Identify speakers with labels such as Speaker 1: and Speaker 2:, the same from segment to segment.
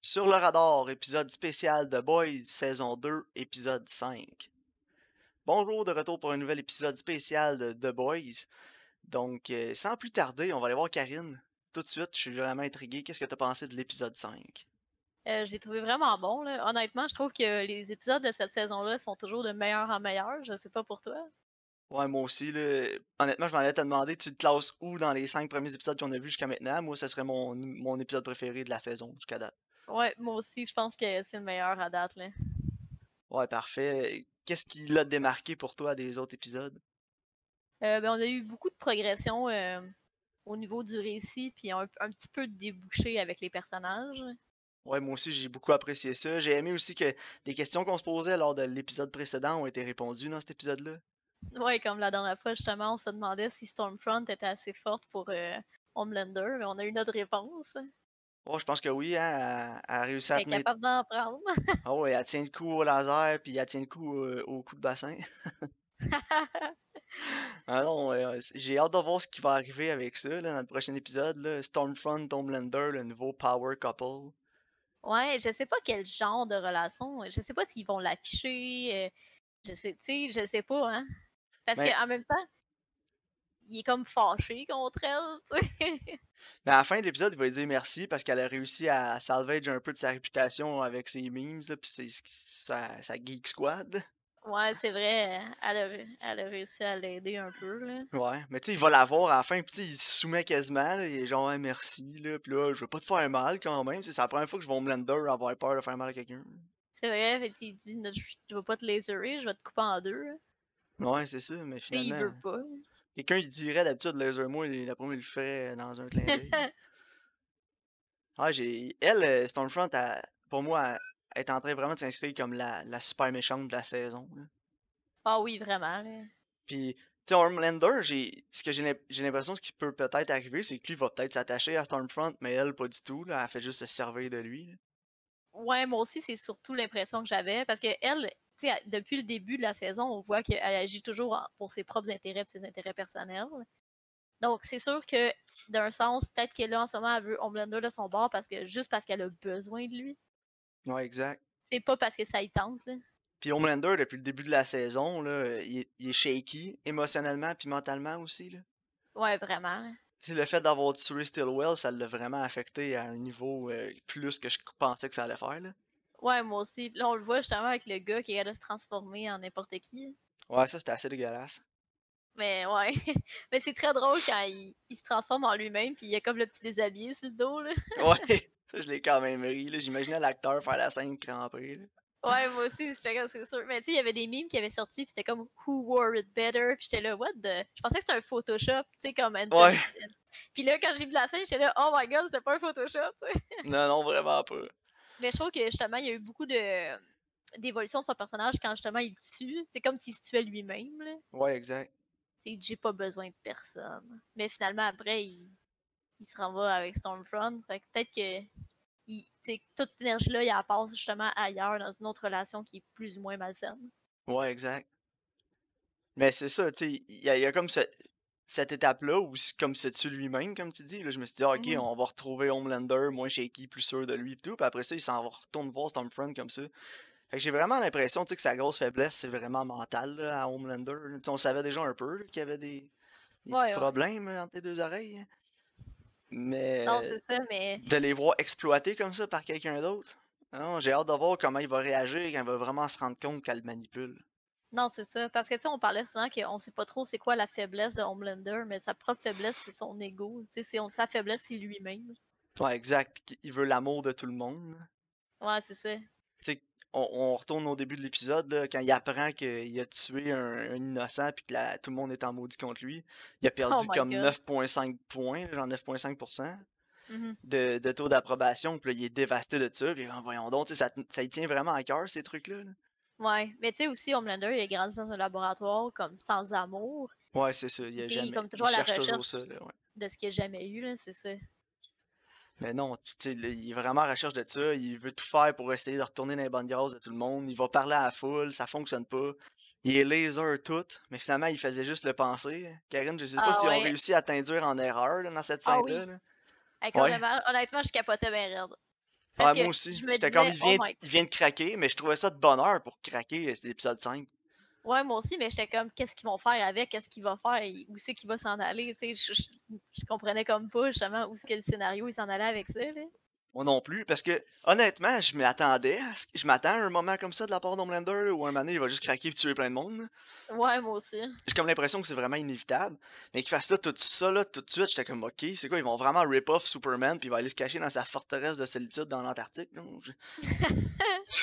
Speaker 1: Sur le radar, épisode spécial de Boys, saison 2, épisode 5. Bonjour, de retour pour un nouvel épisode spécial de The Boys. Donc, euh, sans plus tarder, on va aller voir Karine. Tout de suite, je suis vraiment intrigué. Qu'est-ce que t'as pensé de l'épisode 5?
Speaker 2: Euh, j'ai trouvé vraiment bon. Là. Honnêtement, je trouve que les épisodes de cette saison-là sont toujours de meilleur en meilleur. Je sais pas pour toi.
Speaker 1: Ouais, moi aussi, là, honnêtement, je m'en allais te demander, tu te classes où dans les 5 premiers épisodes qu'on a vus jusqu'à maintenant? Moi, ce serait mon, mon épisode préféré de la saison jusqu'à date.
Speaker 2: Ouais, moi aussi, je pense que c'est le meilleur à date. Là.
Speaker 1: Ouais, parfait. Qu'est-ce qui l'a démarqué pour toi des autres épisodes?
Speaker 2: Euh, ben, on a eu beaucoup de progression euh, au niveau du récit, puis un, un petit peu de débouché avec les personnages.
Speaker 1: Ouais, moi aussi, j'ai beaucoup apprécié ça. J'ai aimé aussi que des questions qu'on se posait lors de l'épisode précédent ont été répondues dans cet épisode-là.
Speaker 2: Ouais, comme la dernière fois, justement, on se demandait si Stormfront était assez forte pour euh, Homelander, mais on a eu notre réponse.
Speaker 1: Oh, je pense que oui, hein, elle, elle a réussi à
Speaker 2: Elle est
Speaker 1: tenir-
Speaker 2: capable d'en prendre.
Speaker 1: Oh, ouais, elle tient le coup au laser, puis elle tient le coup euh, au coup de bassin. Ah non, euh, c- j'ai hâte de voir ce qui va arriver avec ça là, dans le prochain épisode. Là. Stormfront, Homelander, le nouveau Power Couple.
Speaker 2: ouais, je sais pas quel genre de relation. Je sais pas s'ils vont l'afficher. euh, Je sais, tu sais, je sais pas, hein. Parce
Speaker 1: Ben-
Speaker 2: qu'en même temps, il est comme fâché contre elle, tu sais.
Speaker 1: Mais à la fin de l'épisode, il va lui dire merci parce qu'elle a réussi à salvage un peu de sa réputation avec ses memes, là, puis ses- sa, sa Geek Squad.
Speaker 2: Ouais, c'est vrai. euh, Elle a, ré- elle a réussi à l'aider un peu, là.
Speaker 1: Ouais, mais tu sais, il va la voir à la fin, puis tu sais, il se soumet quasiment, là, il est genre Ah, merci, là, puis là, je veux pas te faire mal quand même, c'est la première fois que je vois Homelander avoir peur de faire mal à quelqu'un.
Speaker 2: C'est vrai, fait qu'il dit Ne- je je vais pas te laserer, je vais te couper en deux. là.
Speaker 1: Ouais, c'est ça, mais
Speaker 2: Tu sais, il
Speaker 1: finalement,
Speaker 2: veut pas.
Speaker 1: quelqu'un il dirait d'habitude laser-moi, et d'après moi, il le ferait dans un clin d'œil. Ah, j'ai. Elle, euh, Stormfront, elle- pour moi, elle- elle est en train vraiment de s'inscrire comme la, la super méchante de la saison. là.
Speaker 2: Ah oui, vraiment, là.
Speaker 1: Puis, tu sais, Homelander, j'ai, ce que j'ai, l'im- j'ai l'impression, ce qui peut peut-être arriver, c'est que lui va peut-être s'attacher à Stormfront, mais elle, pas du tout. Là, elle fait juste se servir de lui. là.
Speaker 2: Ouais, moi aussi, c'est surtout l'impression que j'avais. Parce que elle, tu sais, elle- depuis le début de la saison, on voit qu'elle agit toujours en- pour ses propres intérêts et ses intérêts personnels. Donc, c'est sûr que, d'un sens, peut-être qu'elle, là, en ce moment, elle veut Homelander de son bord parce que, juste parce qu'elle a besoin de lui.
Speaker 1: Ouais, exact.
Speaker 2: C'est pas parce que ça y tente, là.
Speaker 1: Puis Homelander, depuis le début de la saison, là, euh, il, est, il est shaky, émotionnellement, puis mentalement aussi. Là.
Speaker 2: Ouais, vraiment. là.
Speaker 1: Tu sais, le fait d'avoir tué Stillwell, ça l'a vraiment affecté à un niveau euh, plus que je pensais que ça allait faire. Là.
Speaker 2: Ouais, moi aussi. Puis Là, on le voit justement avec le gars qui est capable de se transformer en n'importe qui.
Speaker 1: Ouais, ça, c'était assez dégueulasse.
Speaker 2: Mais ouais. Mais c'est très drôle quand il, il se transforme en lui-même, puis il y a comme le petit déshabillé sur le dos, là.
Speaker 1: Ouais, ça je l'ai quand même ri. là. J'imaginais l'acteur faire la scène crampée. là.
Speaker 2: Ouais, moi aussi, j'étais comme, c'est sûr. Mais tu sais, il y avait des mimes qui avaient sorti, puis c'était comme Who wore it better? Puis j'étais là, what the? Je pensais que c'était un Photoshop, tu sais, comme Anthony.
Speaker 1: Ouais.
Speaker 2: Puis là, quand j'ai vu la scène, j'étais là, oh my god, c'était pas un Photoshop, tu sais.
Speaker 1: Non, non, vraiment pas.
Speaker 2: Mais je trouve que justement, il y a eu beaucoup de d'évolution de son personnage quand justement il le tue. C'est comme s'il se tuait lui-même, là.
Speaker 1: Ouais, exact.
Speaker 2: C'est que j'ai pas besoin de personne. Mais finalement, après, il, il se renvoie avec Stormfront. Fait que peut-être que il, tu sais, toute cette énergie-là, il la passe justement ailleurs, dans une autre relation qui est plus ou moins malsaine.
Speaker 1: Ouais, exact. Mais c'est ça, tu sais, il y, a- il y a comme ce- cette étape-là où, c'est comme c'est tu lui-même, comme tu dis, là, je me suis dit, ah, ok,
Speaker 2: Mhm.
Speaker 1: on va retrouver Homelander, moins shaky, plus sûr de lui, pis tout. Puis après ça, il s'en va- retourne voir Stormfront comme ça. Fait que j'ai vraiment l'impression, tu sais, que sa grosse faiblesse, c'est vraiment mental là, à Homelander. là. Tu sais, on savait déjà un peu là, qu'il y avait des, des
Speaker 2: Ouais,
Speaker 1: petits
Speaker 2: ouais.
Speaker 1: problèmes euh, entre les deux oreilles. hein. Mais.
Speaker 2: Non, c'est ça, mais
Speaker 1: de les voir exploités comme ça par quelqu'un d'autre. Non, j'ai hâte de voir comment il va réagir quand il va vraiment se rendre compte qu'elle le manipule.
Speaker 2: non, c'est ça. Parce que, tu sais, on parlait souvent qu'on sait pas trop c'est quoi la faiblesse de Homelander, mais sa propre faiblesse, c'est son ego. Tu sais, c'est- on- sa faiblesse, c'est lui-même.
Speaker 1: Ouais, exact. Puis qu'il veut l'amour de tout le monde.
Speaker 2: Ouais, c'est ça.
Speaker 1: On, on retourne au début de l'épisode, là, quand il apprend qu'il a tué un, un innocent puis que la- tout le monde est en maudit contre lui. Il a perdu
Speaker 2: Oh my
Speaker 1: comme
Speaker 2: God.
Speaker 1: 9,5 points, genre 9,5%
Speaker 2: Mhm.
Speaker 1: de, de taux d'approbation. Puis là, il est dévasté de ça. Puis ah, voyons donc, tu sais, ça, te- ça y tient vraiment à cœur, ces trucs-là. là.
Speaker 2: Ouais. Mais, tu sais, aussi, Homelander, il a grandi dans un laboratoire, comme sans amour,
Speaker 1: Ouais, c'est ça. Il, a
Speaker 2: Tu sais,
Speaker 1: jamais,
Speaker 2: comme
Speaker 1: il
Speaker 2: toujours à la
Speaker 1: cherche toujours
Speaker 2: recherche.
Speaker 1: ça. là, ouais.
Speaker 2: de ce qu'il a jamais eu, là, c'est ça.
Speaker 1: Mais non, tu sais, là, il est vraiment en recherche de ça. Il veut tout faire pour essayer de retourner dans les bonnes grâces de tout le monde. Il va parler à la foule, ça fonctionne pas. Il est laser tout, mais finalement, il faisait juste le penser. Karine, je sais pas
Speaker 2: Ah
Speaker 1: si on
Speaker 2: ouais.
Speaker 1: réussit à t'induire en erreur là, dans cette
Speaker 2: Ah
Speaker 1: scène-là.
Speaker 2: oui.
Speaker 1: là.
Speaker 2: Hey,
Speaker 1: Ouais.
Speaker 2: complètement- honnêtement, je capotais bien raide. Parce
Speaker 1: Ouais,
Speaker 2: que
Speaker 1: moi aussi.
Speaker 2: je me
Speaker 1: J'étais comme, il
Speaker 2: disais, oh
Speaker 1: vient,
Speaker 2: my-
Speaker 1: il vient de craquer, mais je trouvais ça de bonheur pour craquer euh, c'est l'épisode 5.
Speaker 2: Ouais, moi aussi, mais j'étais comme, qu'est-ce qu'ils vont faire avec, qu'est-ce qu'il va faire, Il- où c'est qu'il va s'en aller, tu sais, je, je- je comprenais comme pas justement où est-ce que le scénario il s'en allait avec ça, là.
Speaker 1: Moi non plus, parce que honnêtement, je m'attendais à ce que- Je m'attends à un moment comme ça de la part d'Homelander, là, où un moment donné, il va juste craquer et tuer plein de monde. là.
Speaker 2: Ouais, moi aussi.
Speaker 1: J'ai comme l'impression que c'est vraiment inévitable. Mais qu'il fasse là, tout ça là, tout de suite, j'étais comme ok, c'est quoi, ils vont vraiment rip off Superman puis il va aller se cacher dans sa forteresse de solitude dans l'Antarctique. là. Je...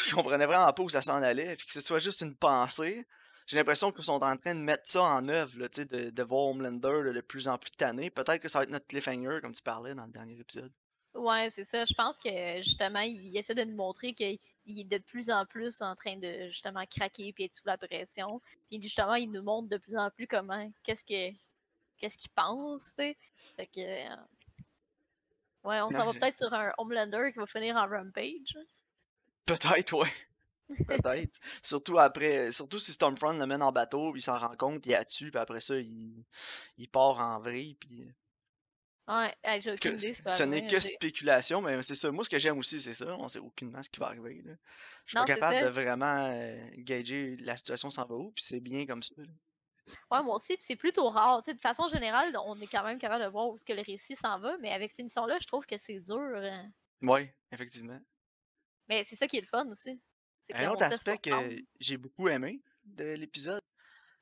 Speaker 1: je comprenais vraiment pas où ça s'en allait. Puis que ce soit juste une pensée. J'ai l'impression qu'ils sont en train de mettre ça en œuvre, là, tu sais, de, de voir Homelander là, de plus en plus tanné. Peut-être que ça va être notre cliffhanger, comme tu parlais dans le dernier épisode.
Speaker 2: Ouais, c'est ça. Je pense que justement, il, il essaie de nous montrer qu'il il est de plus en plus en train de justement craquer puis être sous la pression. Puis justement, il nous montre de plus en plus comment, qu'est-ce que qu'est-ce qu'il pense, tu sais. Fait que. euh, Ouais, on s'en va
Speaker 1: Ouais.
Speaker 2: peut-être sur un Homelander qui va finir en Rampage.
Speaker 1: Peut-être, ouais. Peut-être. surtout après, surtout si Stormfront le mène en bateau, puis il s'en rend compte, il la tue, puis après ça, il, il part en vrille, puis
Speaker 2: Ouais, hey, j'ai
Speaker 1: que-
Speaker 2: aucune idée.
Speaker 1: ce n'est que
Speaker 2: ce
Speaker 1: spéculation, mais c'est ça. Moi, ce que j'aime aussi, c'est ça. On sait aucunement ce qui va arriver. là. Je suis
Speaker 2: Non,
Speaker 1: pas
Speaker 2: c'est
Speaker 1: capable
Speaker 2: ça.
Speaker 1: de vraiment euh, gager la situation s'en va où, puis c'est bien comme ça. là.
Speaker 2: Ouais, moi aussi, puis c'est plutôt rare. Tu sais, de façon générale, on est quand même capable de voir où ce que le récit s'en va, mais avec cette émission-là, je trouve que c'est dur. hein.
Speaker 1: Ouais, effectivement.
Speaker 2: Mais c'est ça qui est le fun aussi. C'est
Speaker 1: Un
Speaker 2: qu'on
Speaker 1: autre
Speaker 2: se
Speaker 1: aspect
Speaker 2: surprendre.
Speaker 1: que j'ai beaucoup aimé de l'épisode,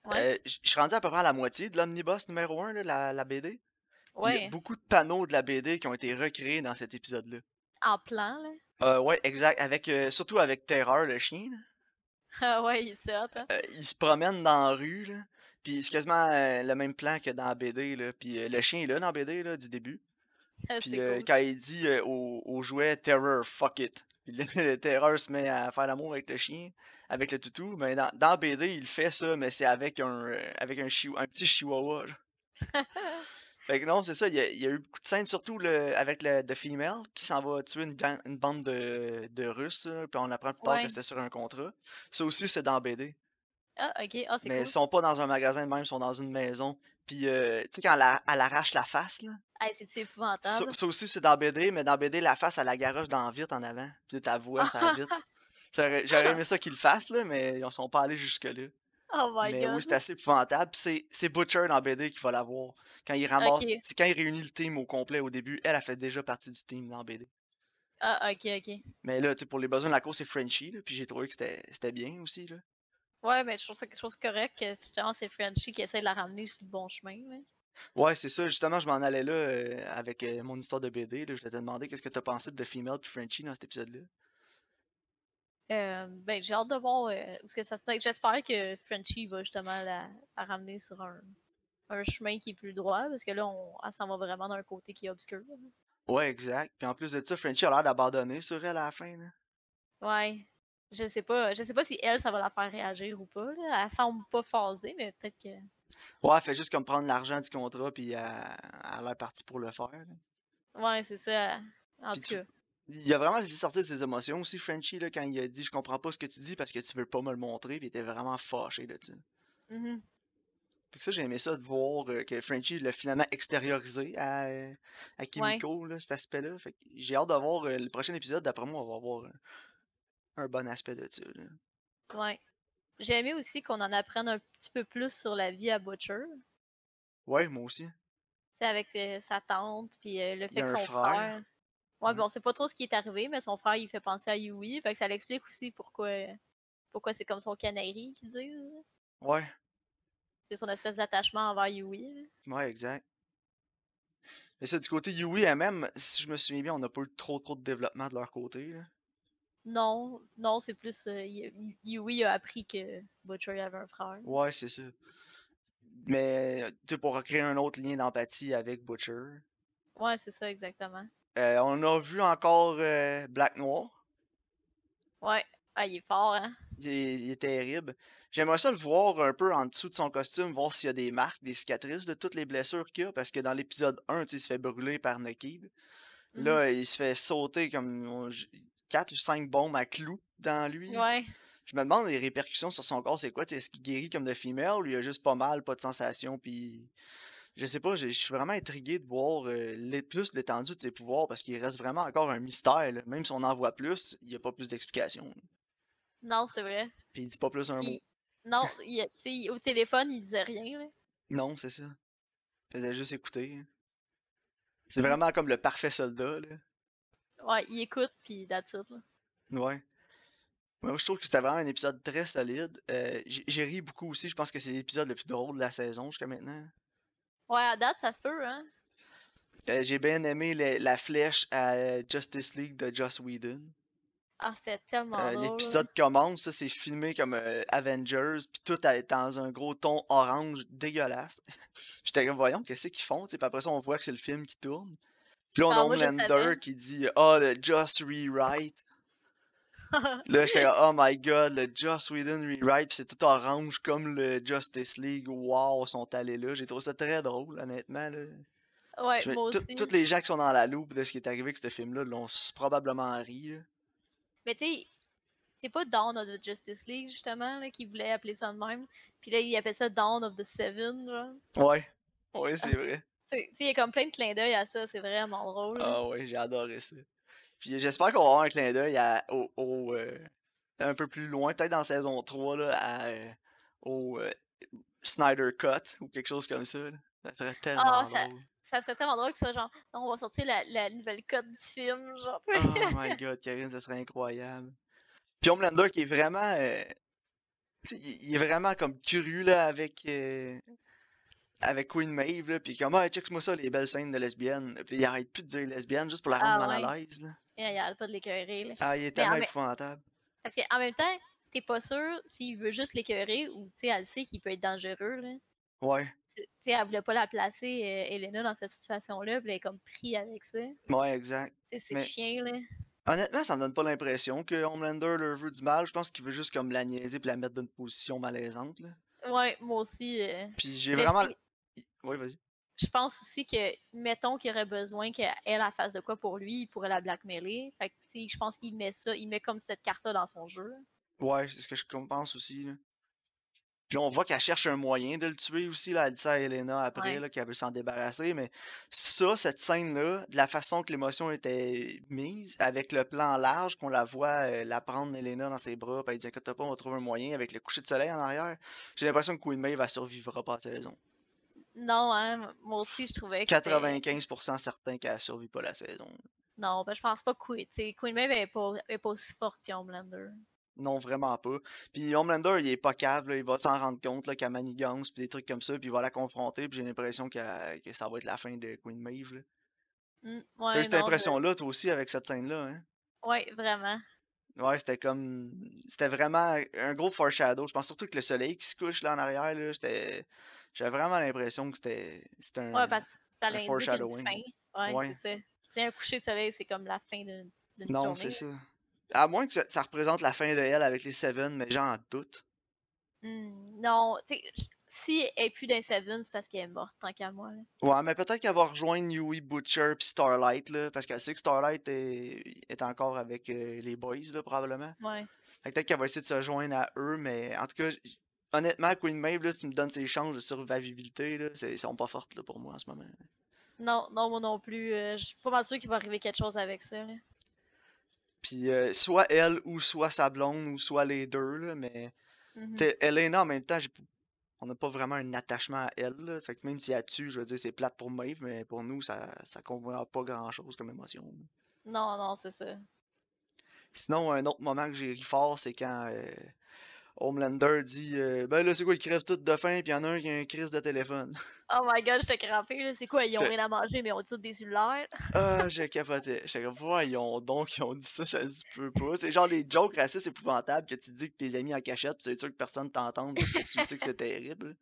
Speaker 2: Ouais.
Speaker 1: euh, j- je suis rendu à peu près à la moitié de l'omnibus numéro 1, la, la BD. puis Il y
Speaker 2: Ouais,
Speaker 1: a beaucoup de panneaux de la BD qui ont été recréés dans cet épisode-là.
Speaker 2: en plan, là.
Speaker 1: Euh, ouais, exact. Avec, euh, surtout avec Terreur, le chien. là.
Speaker 2: Ah ouais, il est hot, hein.
Speaker 1: Euh, il se promène dans la rue, là. Puis c'est quasiment euh, le même plan que dans la BD, là. Puis euh, le chien est là dans la BD, là, du début.
Speaker 2: Ah,
Speaker 1: Puis
Speaker 2: c'est
Speaker 1: euh,
Speaker 2: cool.
Speaker 1: quand il dit euh, au, au jouet Terror, fuck it. Puis le, le Terreur se met à faire l'amour avec le chien, avec le toutou. Mais dans, dans la BD, il fait ça, mais c'est avec un, euh, avec un, chihu- un petit chihuahua. genre. Fait que non, c'est ça, il y, a, il y a eu beaucoup de scènes, surtout le, avec le The Female, qui s'en va tuer une, gang- une bande de, de Russes, là, puis on apprend plus tard
Speaker 2: Ouais.
Speaker 1: que c'était sur un contrat. Ça aussi, c'est dans la BD.
Speaker 2: Ah, ok. Ah, c'est
Speaker 1: Mais ils
Speaker 2: cool.
Speaker 1: sont pas dans un magasin de même, ils sont dans une maison. Puis, euh, tu sais, quand la- elle arrache la face, là,
Speaker 2: Hey, c'est-tu
Speaker 1: ça,
Speaker 2: épouvantable?
Speaker 1: ça aussi, c'est dans BD, mais dans BD, la face, elle la garoche dans vite en avant. Puis ta voix, ça va vite. J'aurais j'aurais aimé ça qu'ils le fassent, là, mais ils en sont pas allés jusque-là.
Speaker 2: Oh my
Speaker 1: Mais
Speaker 2: god.
Speaker 1: oui, c'est assez épouvantable. Puis c'est- c'est Butcher dans BD qui va l'avoir. Quand il ramasse,
Speaker 2: Ok.
Speaker 1: c'est quand il réunit le team au complet au début, elle, a fait déjà partie du team dans BD.
Speaker 2: Ah, ok, ok.
Speaker 1: Mais là, tu sais, pour les besoins de la course, c'est Frenchie, là, puis j'ai trouvé que c'était c'était bien aussi, là.
Speaker 2: Ouais, mais je trouve ça quelque chose de correct que justement c'est Frenchie qui essaie de la ramener sur le bon chemin. là.
Speaker 1: Ouais, c'est ça. Justement, je m'en allais là euh, avec euh, mon histoire de BD. Là. Je t'ai demandé qu'est-ce que t'as pensé de The Female puis Frenchie dans cet épisode-là.
Speaker 2: Euh, ben, j'ai hâte de voir euh, où est-ce que ça se tient. J'espère que Frenchie va justement la, la ramener sur un, un chemin qui est plus droit, parce que là, on, elle s'en va vraiment d'un côté qui est obscur.
Speaker 1: Ouais, exact. Puis en plus de ça, Frenchie a l'air d'abandonner sur elle à la fin. Là.
Speaker 2: Ouais. Je sais pas. Je sais pas si elle, ça va la faire réagir ou pas. Là. Elle semble pas phasée, mais peut-être que.
Speaker 1: Ouais, elle fait juste comme prendre l'argent du contrat puis euh, elle, elle a l'air partie pour le faire. là.
Speaker 2: Ouais, c'est ça. En
Speaker 1: Puis
Speaker 2: tout
Speaker 1: tu-
Speaker 2: cas.
Speaker 1: Il a vraiment laissé sortir ses émotions aussi, Frenchie, là, quand il a dit Je comprends pas ce que tu dis parce que tu veux pas me le montrer. Puis il était vraiment fâché là-dessus.
Speaker 2: Mhm.
Speaker 1: Fait que ça, j'ai aimé ça de voir euh, que Frenchie l'a finalement extériorisé à, euh, à Kimiko, là, cet aspect-là. Fait que j'ai hâte de voir euh, le prochain épisode. D'après moi, on va avoir un, un bon aspect de ça. là.
Speaker 2: Ouais. J'ai aimé aussi qu'on en apprenne un petit peu plus sur la vie à Butcher.
Speaker 1: Ouais, moi aussi.
Speaker 2: C'est avec euh, sa tante, puis euh, le
Speaker 1: y
Speaker 2: fait
Speaker 1: a
Speaker 2: que
Speaker 1: un
Speaker 2: son
Speaker 1: frère. Mm-hmm.
Speaker 2: frère. Ouais,
Speaker 1: Ouais.
Speaker 2: ben, on sait pas trop ce qui est arrivé, mais son frère, il fait penser à Yui. Fait que ça l'explique aussi pourquoi, pourquoi c'est comme son canari qu'ils disent.
Speaker 1: Ouais,
Speaker 2: C'est son espèce d'attachement envers Yui. là.
Speaker 1: ouais, exact. Mais ça, du côté Yui elle-même, si je me souviens bien, on n'a pas eu trop trop de développement de leur côté. là.
Speaker 2: Non, non, c'est plus. euh, Y- Yui a appris que Butcher avait un frère.
Speaker 1: Ouais, c'est ça. Mais euh, tu sais, pour créer un autre lien d'empathie avec Butcher.
Speaker 2: Ouais, c'est ça, exactement.
Speaker 1: Euh, on a vu encore euh, Black Noir.
Speaker 2: Ouais, ah, il est fort, hein.
Speaker 1: Il est, il est terrible. J'aimerais ça le voir un peu en dessous de son costume, voir s'il y a des marques, des cicatrices de toutes les blessures qu'il a, parce que dans l'épisode 1, tu sais, il se fait brûler par Nakib.
Speaker 2: Mhm.
Speaker 1: Là, il se fait sauter comme 4 ou 5 bombes à clous dans lui.
Speaker 2: Mm-hmm. Ouais.
Speaker 1: Je me demande les répercussions sur son corps, c'est quoi? tu sais, Est-ce qu'il guérit comme de femelle ou il a juste pas mal, pas de sensation, puis je sais pas, j'ai- je suis vraiment intrigué de voir euh, l'é- plus l'étendue de ses pouvoirs parce qu'il reste vraiment encore un mystère. là. Même si on en voit plus, il n'y a pas plus d'explications.
Speaker 2: Non, c'est vrai.
Speaker 1: Puis il dit pas plus un mot.
Speaker 2: Puis- Non, il, tu sais, il- au téléphone, il disait rien. là.
Speaker 1: Non, c'est ça. Il faisait juste écouter. hein. C'est vraiment comme le parfait soldat, là.
Speaker 2: Ouais, il écoute, puis that's it, là.
Speaker 1: Ouais. Moi, je trouve que c'était vraiment un épisode très solide. Euh, j'ai j'ai ri beaucoup aussi. Je pense que c'est l'épisode le plus drôle de la saison jusqu'à maintenant.
Speaker 2: Ouais, à date, ça se peut, hein.
Speaker 1: Euh, j'ai bien aimé le- la flèche à euh, Justice League de Joss Whedon.
Speaker 2: Ah, c'était tellement
Speaker 1: Euh,
Speaker 2: drôle. là.
Speaker 1: L'épisode commence, ça, c'est filmé comme euh, Avengers, puis tout est dans un gros ton orange dégueulasse. J'étais comme, voyons, qu'est-ce qu'ils font? tu sais, Puis après ça, on voit que c'est le film qui tourne. Puis là, on
Speaker 2: Ah,
Speaker 1: a
Speaker 2: moi, je le
Speaker 1: Homelander
Speaker 2: savais.
Speaker 1: qui dit, ah, le Just Rewrite. Là, j'étais comme, oh my god, le Joss Whedon rewrite, pis c'est tout orange comme le Justice League. Wow, sont allés là. J'ai trouvé ça très drôle, honnêtement. Là.
Speaker 2: ouais,
Speaker 1: Je me-
Speaker 2: moi
Speaker 1: tout-
Speaker 2: aussi.
Speaker 1: Toutes les gens qui sont dans la loupe de ce qui est arrivé avec ce film-là l'ont s- probablement ri. là.
Speaker 2: Mais tu sais, c'est pas Dawn of the Justice League, justement, là, qui voulait appeler ça de même. Puis là, il appelle ça Dawn of the Seven, genre.
Speaker 1: Ouais. Ouais, c'est
Speaker 2: Ah,
Speaker 1: vrai.
Speaker 2: Tu sais, il y a comme plein de clins d'œil à ça, c'est vraiment drôle. là.
Speaker 1: Ah ouais, j'ai adoré ça. Puis j'espère qu'on va avoir un clin d'œil à- au, au, euh, un peu plus loin, peut-être dans saison 3, là, à, euh, au euh, Snyder Cut ou quelque chose comme ça. là. Ça serait tellement
Speaker 2: Ah, ça-
Speaker 1: drôle.
Speaker 2: Ça serait tellement drôle que ce soit genre, Non, on va sortir la, la nouvelle code du film, genre.
Speaker 1: Oh my god, Karine, ça serait incroyable. Puis Homelander qui est vraiment. euh, tu sais, il il est vraiment comme curieux là avec. euh, avec Queen Maeve, là, puis comme, ah, check-moi ça, les belles scènes de lesbiennes. Puis il arrête plus de dire lesbienne juste pour la
Speaker 2: Ah
Speaker 1: rendre mal à
Speaker 2: ouais.
Speaker 1: l'aise, là.
Speaker 2: Il y a pas de l'écœurer, là.
Speaker 1: Ah, il est tellement
Speaker 2: mais-
Speaker 1: épouvantable.
Speaker 2: Parce qu'en même temps, t'es pas sûr s'il veut juste l'écœurer ou, tu sais, elle sait qu'il peut être dangereux, là.
Speaker 1: Ouais,
Speaker 2: Tu sais, elle voulait pas la placer, euh, Elena, dans cette situation-là, puis elle est comme pris avec ça.
Speaker 1: ouais, exact.
Speaker 2: Tu sais, C'est
Speaker 1: Mais-
Speaker 2: chiant, là.
Speaker 1: Honnêtement, ça me donne pas l'impression que Homelander leur veut du mal. Je pense qu'il veut juste comme la niaiser puis la mettre dans une position malaisante, là.
Speaker 2: Ouais, moi aussi. euh,
Speaker 1: Puis j'ai
Speaker 2: Mais
Speaker 1: vraiment.
Speaker 2: c'est-
Speaker 1: Oui, vas-y.
Speaker 2: je pense aussi que, mettons qu'il aurait besoin qu'elle elle fasse de quoi pour lui, il pourrait la blackmailer. Fait que, tu sais, je pense qu'il met ça, il met comme cette carte-là dans son jeu.
Speaker 1: Ouais, c'est ce que je com- pense aussi. Là. Puis là, on voit qu'elle cherche un moyen de le tuer aussi. Là. Elle dit ça à Elena après,
Speaker 2: Ouais.
Speaker 1: là, qu'elle veut s'en débarrasser. Mais ça, cette scène-là, de la façon que l'émotion était mise, avec le plan large, qu'on la voit euh, la prendre, Elena, dans ses bras, puis elle dit Inquiète-toi pas, on va trouver un moyen avec le coucher de soleil en arrière. J'ai l'impression que Queen Maeve, elle survivra pas à la saison.
Speaker 2: Non, hein, m- moi aussi, je trouvais que. c'était-
Speaker 1: 95% certain qu'elle survit pas la saison.
Speaker 2: Non, ben, je pense pas que Queen, tu sais, Queen Maeve elle est pas, elle est pas aussi forte qu'Homelander.
Speaker 1: Non, vraiment pas. Puis Homelander, il est pas cave, là, il va s'en rendre compte là, qu'elle manigance, puis des trucs comme ça, puis il va la confronter, puis j'ai l'impression qu'elle- que ça va être la fin de Queen Maeve. là.
Speaker 2: Mm,
Speaker 1: T'as
Speaker 2: ouais,
Speaker 1: eu cette
Speaker 2: non,
Speaker 1: impression-là, toi aussi, avec cette scène-là, hein?
Speaker 2: je- Ouais, vraiment.
Speaker 1: Ouais, c'était comme... C'était vraiment un gros foreshadow. Je pense surtout que le soleil qui se couche là en arrière, là, j'étais... J'avais vraiment l'impression que c'était... C'était un...
Speaker 2: Ouais, parce que ça
Speaker 1: un
Speaker 2: l'indique une
Speaker 1: foreshadowing.
Speaker 2: fin. Ouais,
Speaker 1: Ouais.
Speaker 2: c'est ça. Tiens, un coucher de soleil, c'est comme la fin d'une d'une
Speaker 1: non,
Speaker 2: journée.
Speaker 1: c'est ça. À moins que ça, ça représente la fin de elle avec les Seven, mais j'en doute.
Speaker 2: Mm, non, tu sais, j- si elle est plus dans Seven, c'est parce qu'elle est morte, tant qu'à moi. là.
Speaker 1: Ouais, mais peut-être qu'elle va rejoindre Yui, Butcher puis Starlight, là, parce qu'elle sait que Starlight est, est encore avec euh, les boys, là, probablement.
Speaker 2: Ouais.
Speaker 1: Fait que peut-être qu'elle va essayer de se joindre à eux, mais en tout cas, j- honnêtement, Queen Maeve, là, si tu me donnes ses chances de survivabilité, là, c'est- elles sont pas fortes là, pour moi en ce moment.
Speaker 2: Non, non, moi non plus. euh, je suis pas mal sûre qu'il va arriver quelque chose avec ça. là.
Speaker 1: Puis euh, soit elle, ou soit sa blonde, ou soit les deux, là, mais
Speaker 2: Mhm.
Speaker 1: tu sais, Elena, en même temps, j'ai p- on n'a pas vraiment un attachement à elle, là. Fait que même si elle tue, je veux dire, c'est plate pour Maeve, mais pour nous, ça, ça convient à pas grand-chose comme émotion. là.
Speaker 2: Non, non, c'est ça.
Speaker 1: Sinon, un autre moment que j'ai ri fort, c'est quand euh, Homelander dit euh, Ben là, c'est quoi, ils crèvent toutes de faim, puis il y en a un qui a un crise de téléphone.
Speaker 2: Oh my god, j'étais crampée. là. C'est quoi, ils ont
Speaker 1: C'est-
Speaker 2: rien à manger, mais on dit des cellulaires.
Speaker 1: ah, j'ai capoté. J'étais comme Voyons donc, ils ont dit ça, ça se peut pas. C'est genre les jokes racistes épouvantables que tu dis que tes amis en cachette, puis c'est sûr que personne t'entend parce que tu sais que c'est terrible.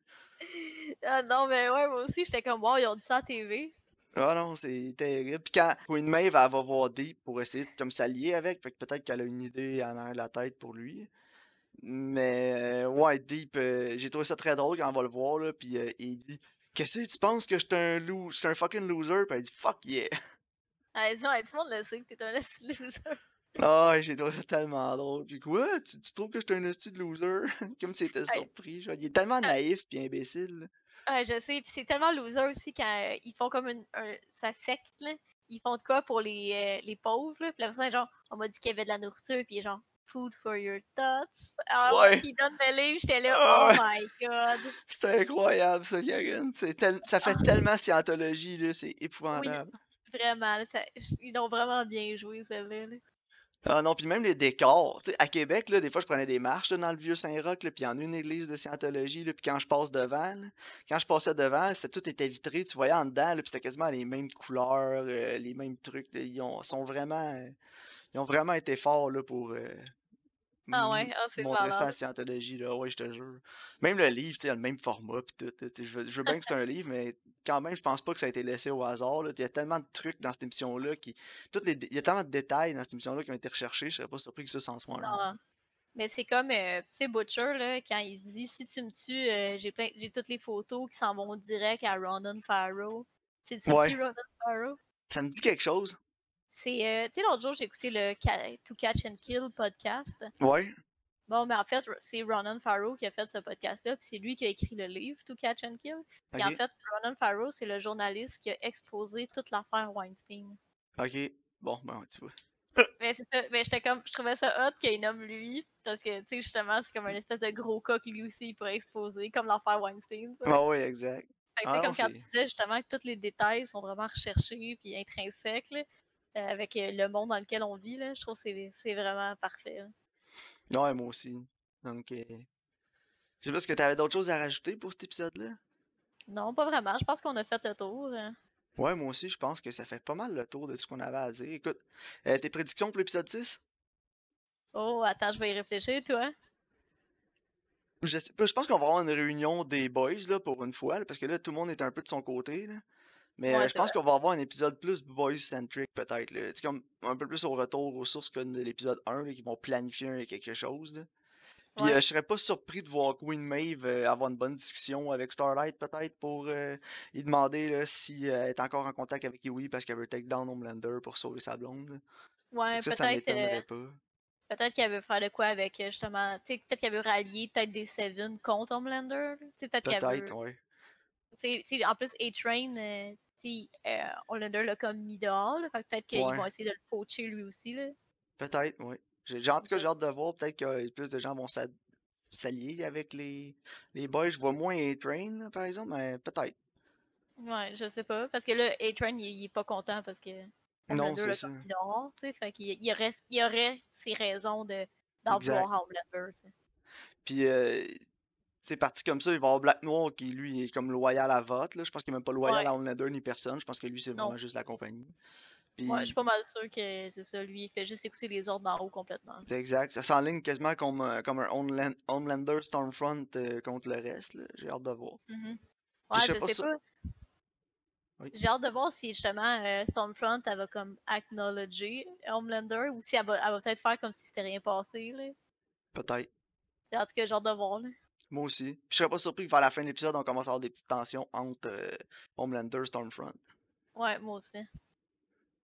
Speaker 2: ah non, mais ouais, moi aussi, j'étais comme, wow, ils ont dit ça à TV.
Speaker 1: Ah non, c'est terrible. Puis quand Queen Maeve, elle va voir Deep pour essayer de comme s'allier avec, fait que peut-être qu'elle a une idée en arrière de la tête pour lui. Mais euh, ouais, Deep, euh, j'ai trouvé ça très drôle quand on va le voir, là, puis euh, il dit « Qu'est-ce que tu penses que je suis un, loo- je suis un fucking loser? » Puis elle dit « Fuck yeah!
Speaker 2: Elle dit, ouais, tout le monde le sait que t'es un esti de loser. »
Speaker 1: Ah, j'ai trouvé ça tellement drôle. Puis quoi? Tu, tu trouves que je suis un hostie de loser? Comme si t'étais surpris, genre. Il est tellement naïf puis imbécile. là.
Speaker 2: Ouais, je sais. Puis c'est tellement loser aussi quand euh, ils font comme une, un, ça secte, là. Ils font de quoi pour les, euh, les pauvres, là. Puis la personne est genre, on m'a dit qu'il y avait de la nourriture, puis il est genre, food for your thoughts. Ah,
Speaker 1: Ouais.
Speaker 2: Puis il donne le livre, j'étais là,
Speaker 1: Ah
Speaker 2: oh
Speaker 1: ouais.
Speaker 2: my god.
Speaker 1: C'est incroyable, ça, Karen. C'est tel- Ça fait tellement scientologie, là. C'est épouvantable.
Speaker 2: Vraiment, là, ça- ils ont vraiment bien joué, celle-là. là.
Speaker 1: Ah non, puis même les décors. Tu sais, à Québec, là, des fois, je prenais des marches là, dans le vieux Saint-Roch, là, puis en une église de Scientologie, là, puis quand je passe devant, là, quand je passais devant, c'était- tout était vitré, tu voyais en dedans, là, puis c'était quasiment les mêmes couleurs, euh, les mêmes trucs. là, ils ont, sont vraiment, euh, ils ont vraiment été forts là, pour euh,
Speaker 2: Ah
Speaker 1: m-
Speaker 2: ouais, ah, c'est
Speaker 1: montrer Mm-hmm. ça
Speaker 2: malade.
Speaker 1: à Scientologie, là, ouais, je te jure. Même le livre, tu sais, il a le même format, puis tout. là, tu sais, Je veux, je veux bien que c'est un livre, mais quand même, je pense pas que ça a été laissé au hasard. là. Il y a tellement de trucs dans cette émission-là qui toutes les dé- il y a tellement de détails dans cette émission-là qui ont été recherchés, je serais pas surpris que ça s'en soit un.
Speaker 2: Non. Ah. Mais c'est comme, euh, tu sais, Butcher, là, quand il dit si tu me tues, euh, j'ai plein, j'ai toutes les photos qui s'en vont direct à Ronan Farrow. C'est c'est
Speaker 1: Ouais.
Speaker 2: qui Ronan Farrow?
Speaker 1: Ça me dit quelque chose?
Speaker 2: C'est, euh, tu sais, l'autre jour, j'ai écouté le Ca- To Catch and Kill podcast.
Speaker 1: Ouais.
Speaker 2: Bon, mais en fait, c'est Ronan Farrow qui a fait ce podcast-là, puis c'est lui qui a écrit le livre To Catch and Kill.
Speaker 1: Ok.
Speaker 2: Puis en fait, Ronan Farrow, c'est le journaliste qui a exposé toute l'affaire Weinstein.
Speaker 1: Ok. Bon, ben tu vois.
Speaker 2: Mais c'est ça, mais j'étais comme, je trouvais ça hot qu'il nomme lui, parce que, tu sais, justement, c'est comme un espèce de gros coq lui aussi, il pourrait exposer, comme l'affaire Weinstein. ça.
Speaker 1: Ah ouais, exact.
Speaker 2: Fait
Speaker 1: Ah
Speaker 2: que, tu sais,
Speaker 1: non,
Speaker 2: comme quand
Speaker 1: c'est-
Speaker 2: tu disais justement que tous les détails sont vraiment recherchés puis intrinsèques là, euh, avec euh, le monde dans lequel on vit, là, je trouve que c'est- c'est vraiment parfait. là.
Speaker 1: Ouais, moi aussi. Donc euh, Je sais pas, est-ce que t'avais d'autres choses à rajouter pour cet épisode-là?
Speaker 2: Non, pas vraiment. Je pense qu'on a fait le tour. hein.
Speaker 1: Ouais, moi aussi, je pense que ça fait pas mal le tour de ce qu'on avait à dire. Écoute, euh, tes prédictions pour l'épisode 6?
Speaker 2: Oh, attends, je vais y réfléchir, toi.
Speaker 1: Je sais pas, je pense qu'on va avoir une réunion des boys là, pour une fois, là, parce que là, tout le monde est un peu de son côté. là. Mais
Speaker 2: Ouais,
Speaker 1: euh, je
Speaker 2: c'est
Speaker 1: pense qu'on va avoir un épisode plus boys-centric, peut-être. là. Tu sais, comme un peu plus au retour aux sources que de l'épisode 1, là, qui vont planifier un- quelque chose. là. Puis
Speaker 2: Ouais.
Speaker 1: euh, je serais pas surpris de voir Queen Maeve euh, avoir une bonne discussion avec Starlight, peut-être, pour euh, lui demander là, si euh, elle est encore en contact avec Yui parce qu'elle veut take down Homelander pour sauver sa blonde. là.
Speaker 2: Ouais,
Speaker 1: Donc ça, ça
Speaker 2: peut-être euh,
Speaker 1: m'étonnerait pas.
Speaker 2: peut-être qu'elle veut faire de quoi avec euh, justement. Tu sais, peut-être qu'elle veut rallier peut-être des Seven contre Homelander. là. Tu sais, peut-être qu'elle veut.
Speaker 1: Peut-être, ouais.
Speaker 2: tu sais- tu sais, en plus, A-Train, euh, tu sais, euh, Homelander l'a comme mis dehors. là, fait que peut-être qu'ils
Speaker 1: Ouais.
Speaker 2: vont essayer de le poacher lui aussi. Là.
Speaker 1: Peut-être, oui. J'ai, j'ai- en tout cas,
Speaker 2: Je-
Speaker 1: j'ai hâte de voir. Peut-être que euh, plus de gens vont s'a- s'allier avec les, les boys. Je vois moins A-Train, là, par exemple, mais peut-être.
Speaker 2: Ouais, je sais pas. Parce que là, A-Train, il, il est pas content parce que
Speaker 1: Non,
Speaker 2: Homelander
Speaker 1: c'est
Speaker 2: l'a
Speaker 1: ça.
Speaker 2: comme mis dehors, tu sais. Fait qu'il il aurait, il aurait ses raisons de, d'en
Speaker 1: Exact.
Speaker 2: vouloir à Homelander, tu sais.
Speaker 1: Puis, euh, c'est parti comme ça. Il va y avoir Black Noir qui, lui, est comme loyal à vote. Là. Je pense qu'il est même pas loyal
Speaker 2: Ouais.
Speaker 1: à Homelander ni personne. Je pense que lui, c'est
Speaker 2: Non.
Speaker 1: vraiment juste la compagnie. Puis,
Speaker 2: Ouais, je suis pas mal sûr que c'est ça. Lui, il fait juste écouter les ordres d'en haut complètement.
Speaker 1: c'est exact. Ça s'enligne quasiment comme, euh, comme un Homeland- Homelander Stormfront euh, contre le reste. là. J'ai hâte de voir. Puis
Speaker 2: Mhm. Ouais,
Speaker 1: je
Speaker 2: je
Speaker 1: sais
Speaker 2: sais
Speaker 1: pas
Speaker 2: pas.
Speaker 1: ça- Oui.
Speaker 2: J'ai hâte de voir si justement euh, Stormfront, elle va comme acknowledger Homelander ou si elle va, elle va peut-être faire comme si c'était rien passé, là.
Speaker 1: Peut-être.
Speaker 2: En tout cas, j'ai hâte de voir, là.
Speaker 1: Moi aussi. Puis, je serais pas surpris que vers la fin de l'épisode, on commence à avoir des petites tensions entre euh, Homelander Stormfront.
Speaker 2: Ouais, moi aussi.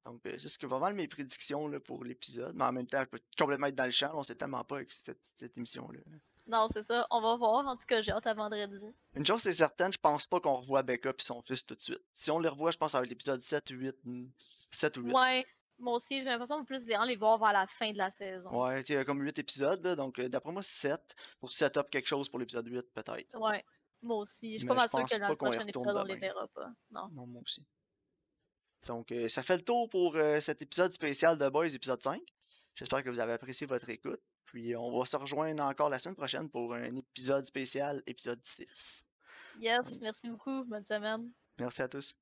Speaker 1: Donc, euh, c'est ce que pas mal mes prédictions là, pour l'épisode. Mais en même temps, je peux complètement être dans le champ. là, On sait tellement pas avec cette, cette émission-là. là.
Speaker 2: Non, c'est ça. On va voir. En tout cas, j'ai hâte à vendredi.
Speaker 1: Une chose, c'est certaine, je pense pas qu'on revoit Becca et son fils tout de suite. Si on les revoit, je pense avec l'épisode 7, 8, hmm, 7 ou 8.
Speaker 2: Ouais, moi aussi, j'ai l'impression de plus les voir vers la fin de la saison. Ouais,
Speaker 1: Ouais, tu sais, il y a comme 8 épisodes, là, donc euh, d'après moi, 7 pour set up quelque chose pour l'épisode 8, peut-être.
Speaker 2: moi aussi. Je suis
Speaker 1: Mais
Speaker 2: pas
Speaker 1: je
Speaker 2: mal sûre
Speaker 1: pense
Speaker 2: que dans
Speaker 1: pas
Speaker 2: le
Speaker 1: qu'on y
Speaker 2: prochain
Speaker 1: retourne
Speaker 2: épisode, on les
Speaker 1: demain.
Speaker 2: verra pas. Non.
Speaker 1: Ah Non, moi aussi. Donc, euh, ça fait le tour pour euh, cet épisode spécial de Boys, épisode 5. J'espère que vous avez apprécié votre écoute. Puis, on va se rejoindre encore la semaine prochaine pour un épisode spécial, épisode 6. Mm.
Speaker 2: Yes, merci beaucoup. Bonne semaine.
Speaker 1: Merci à tous.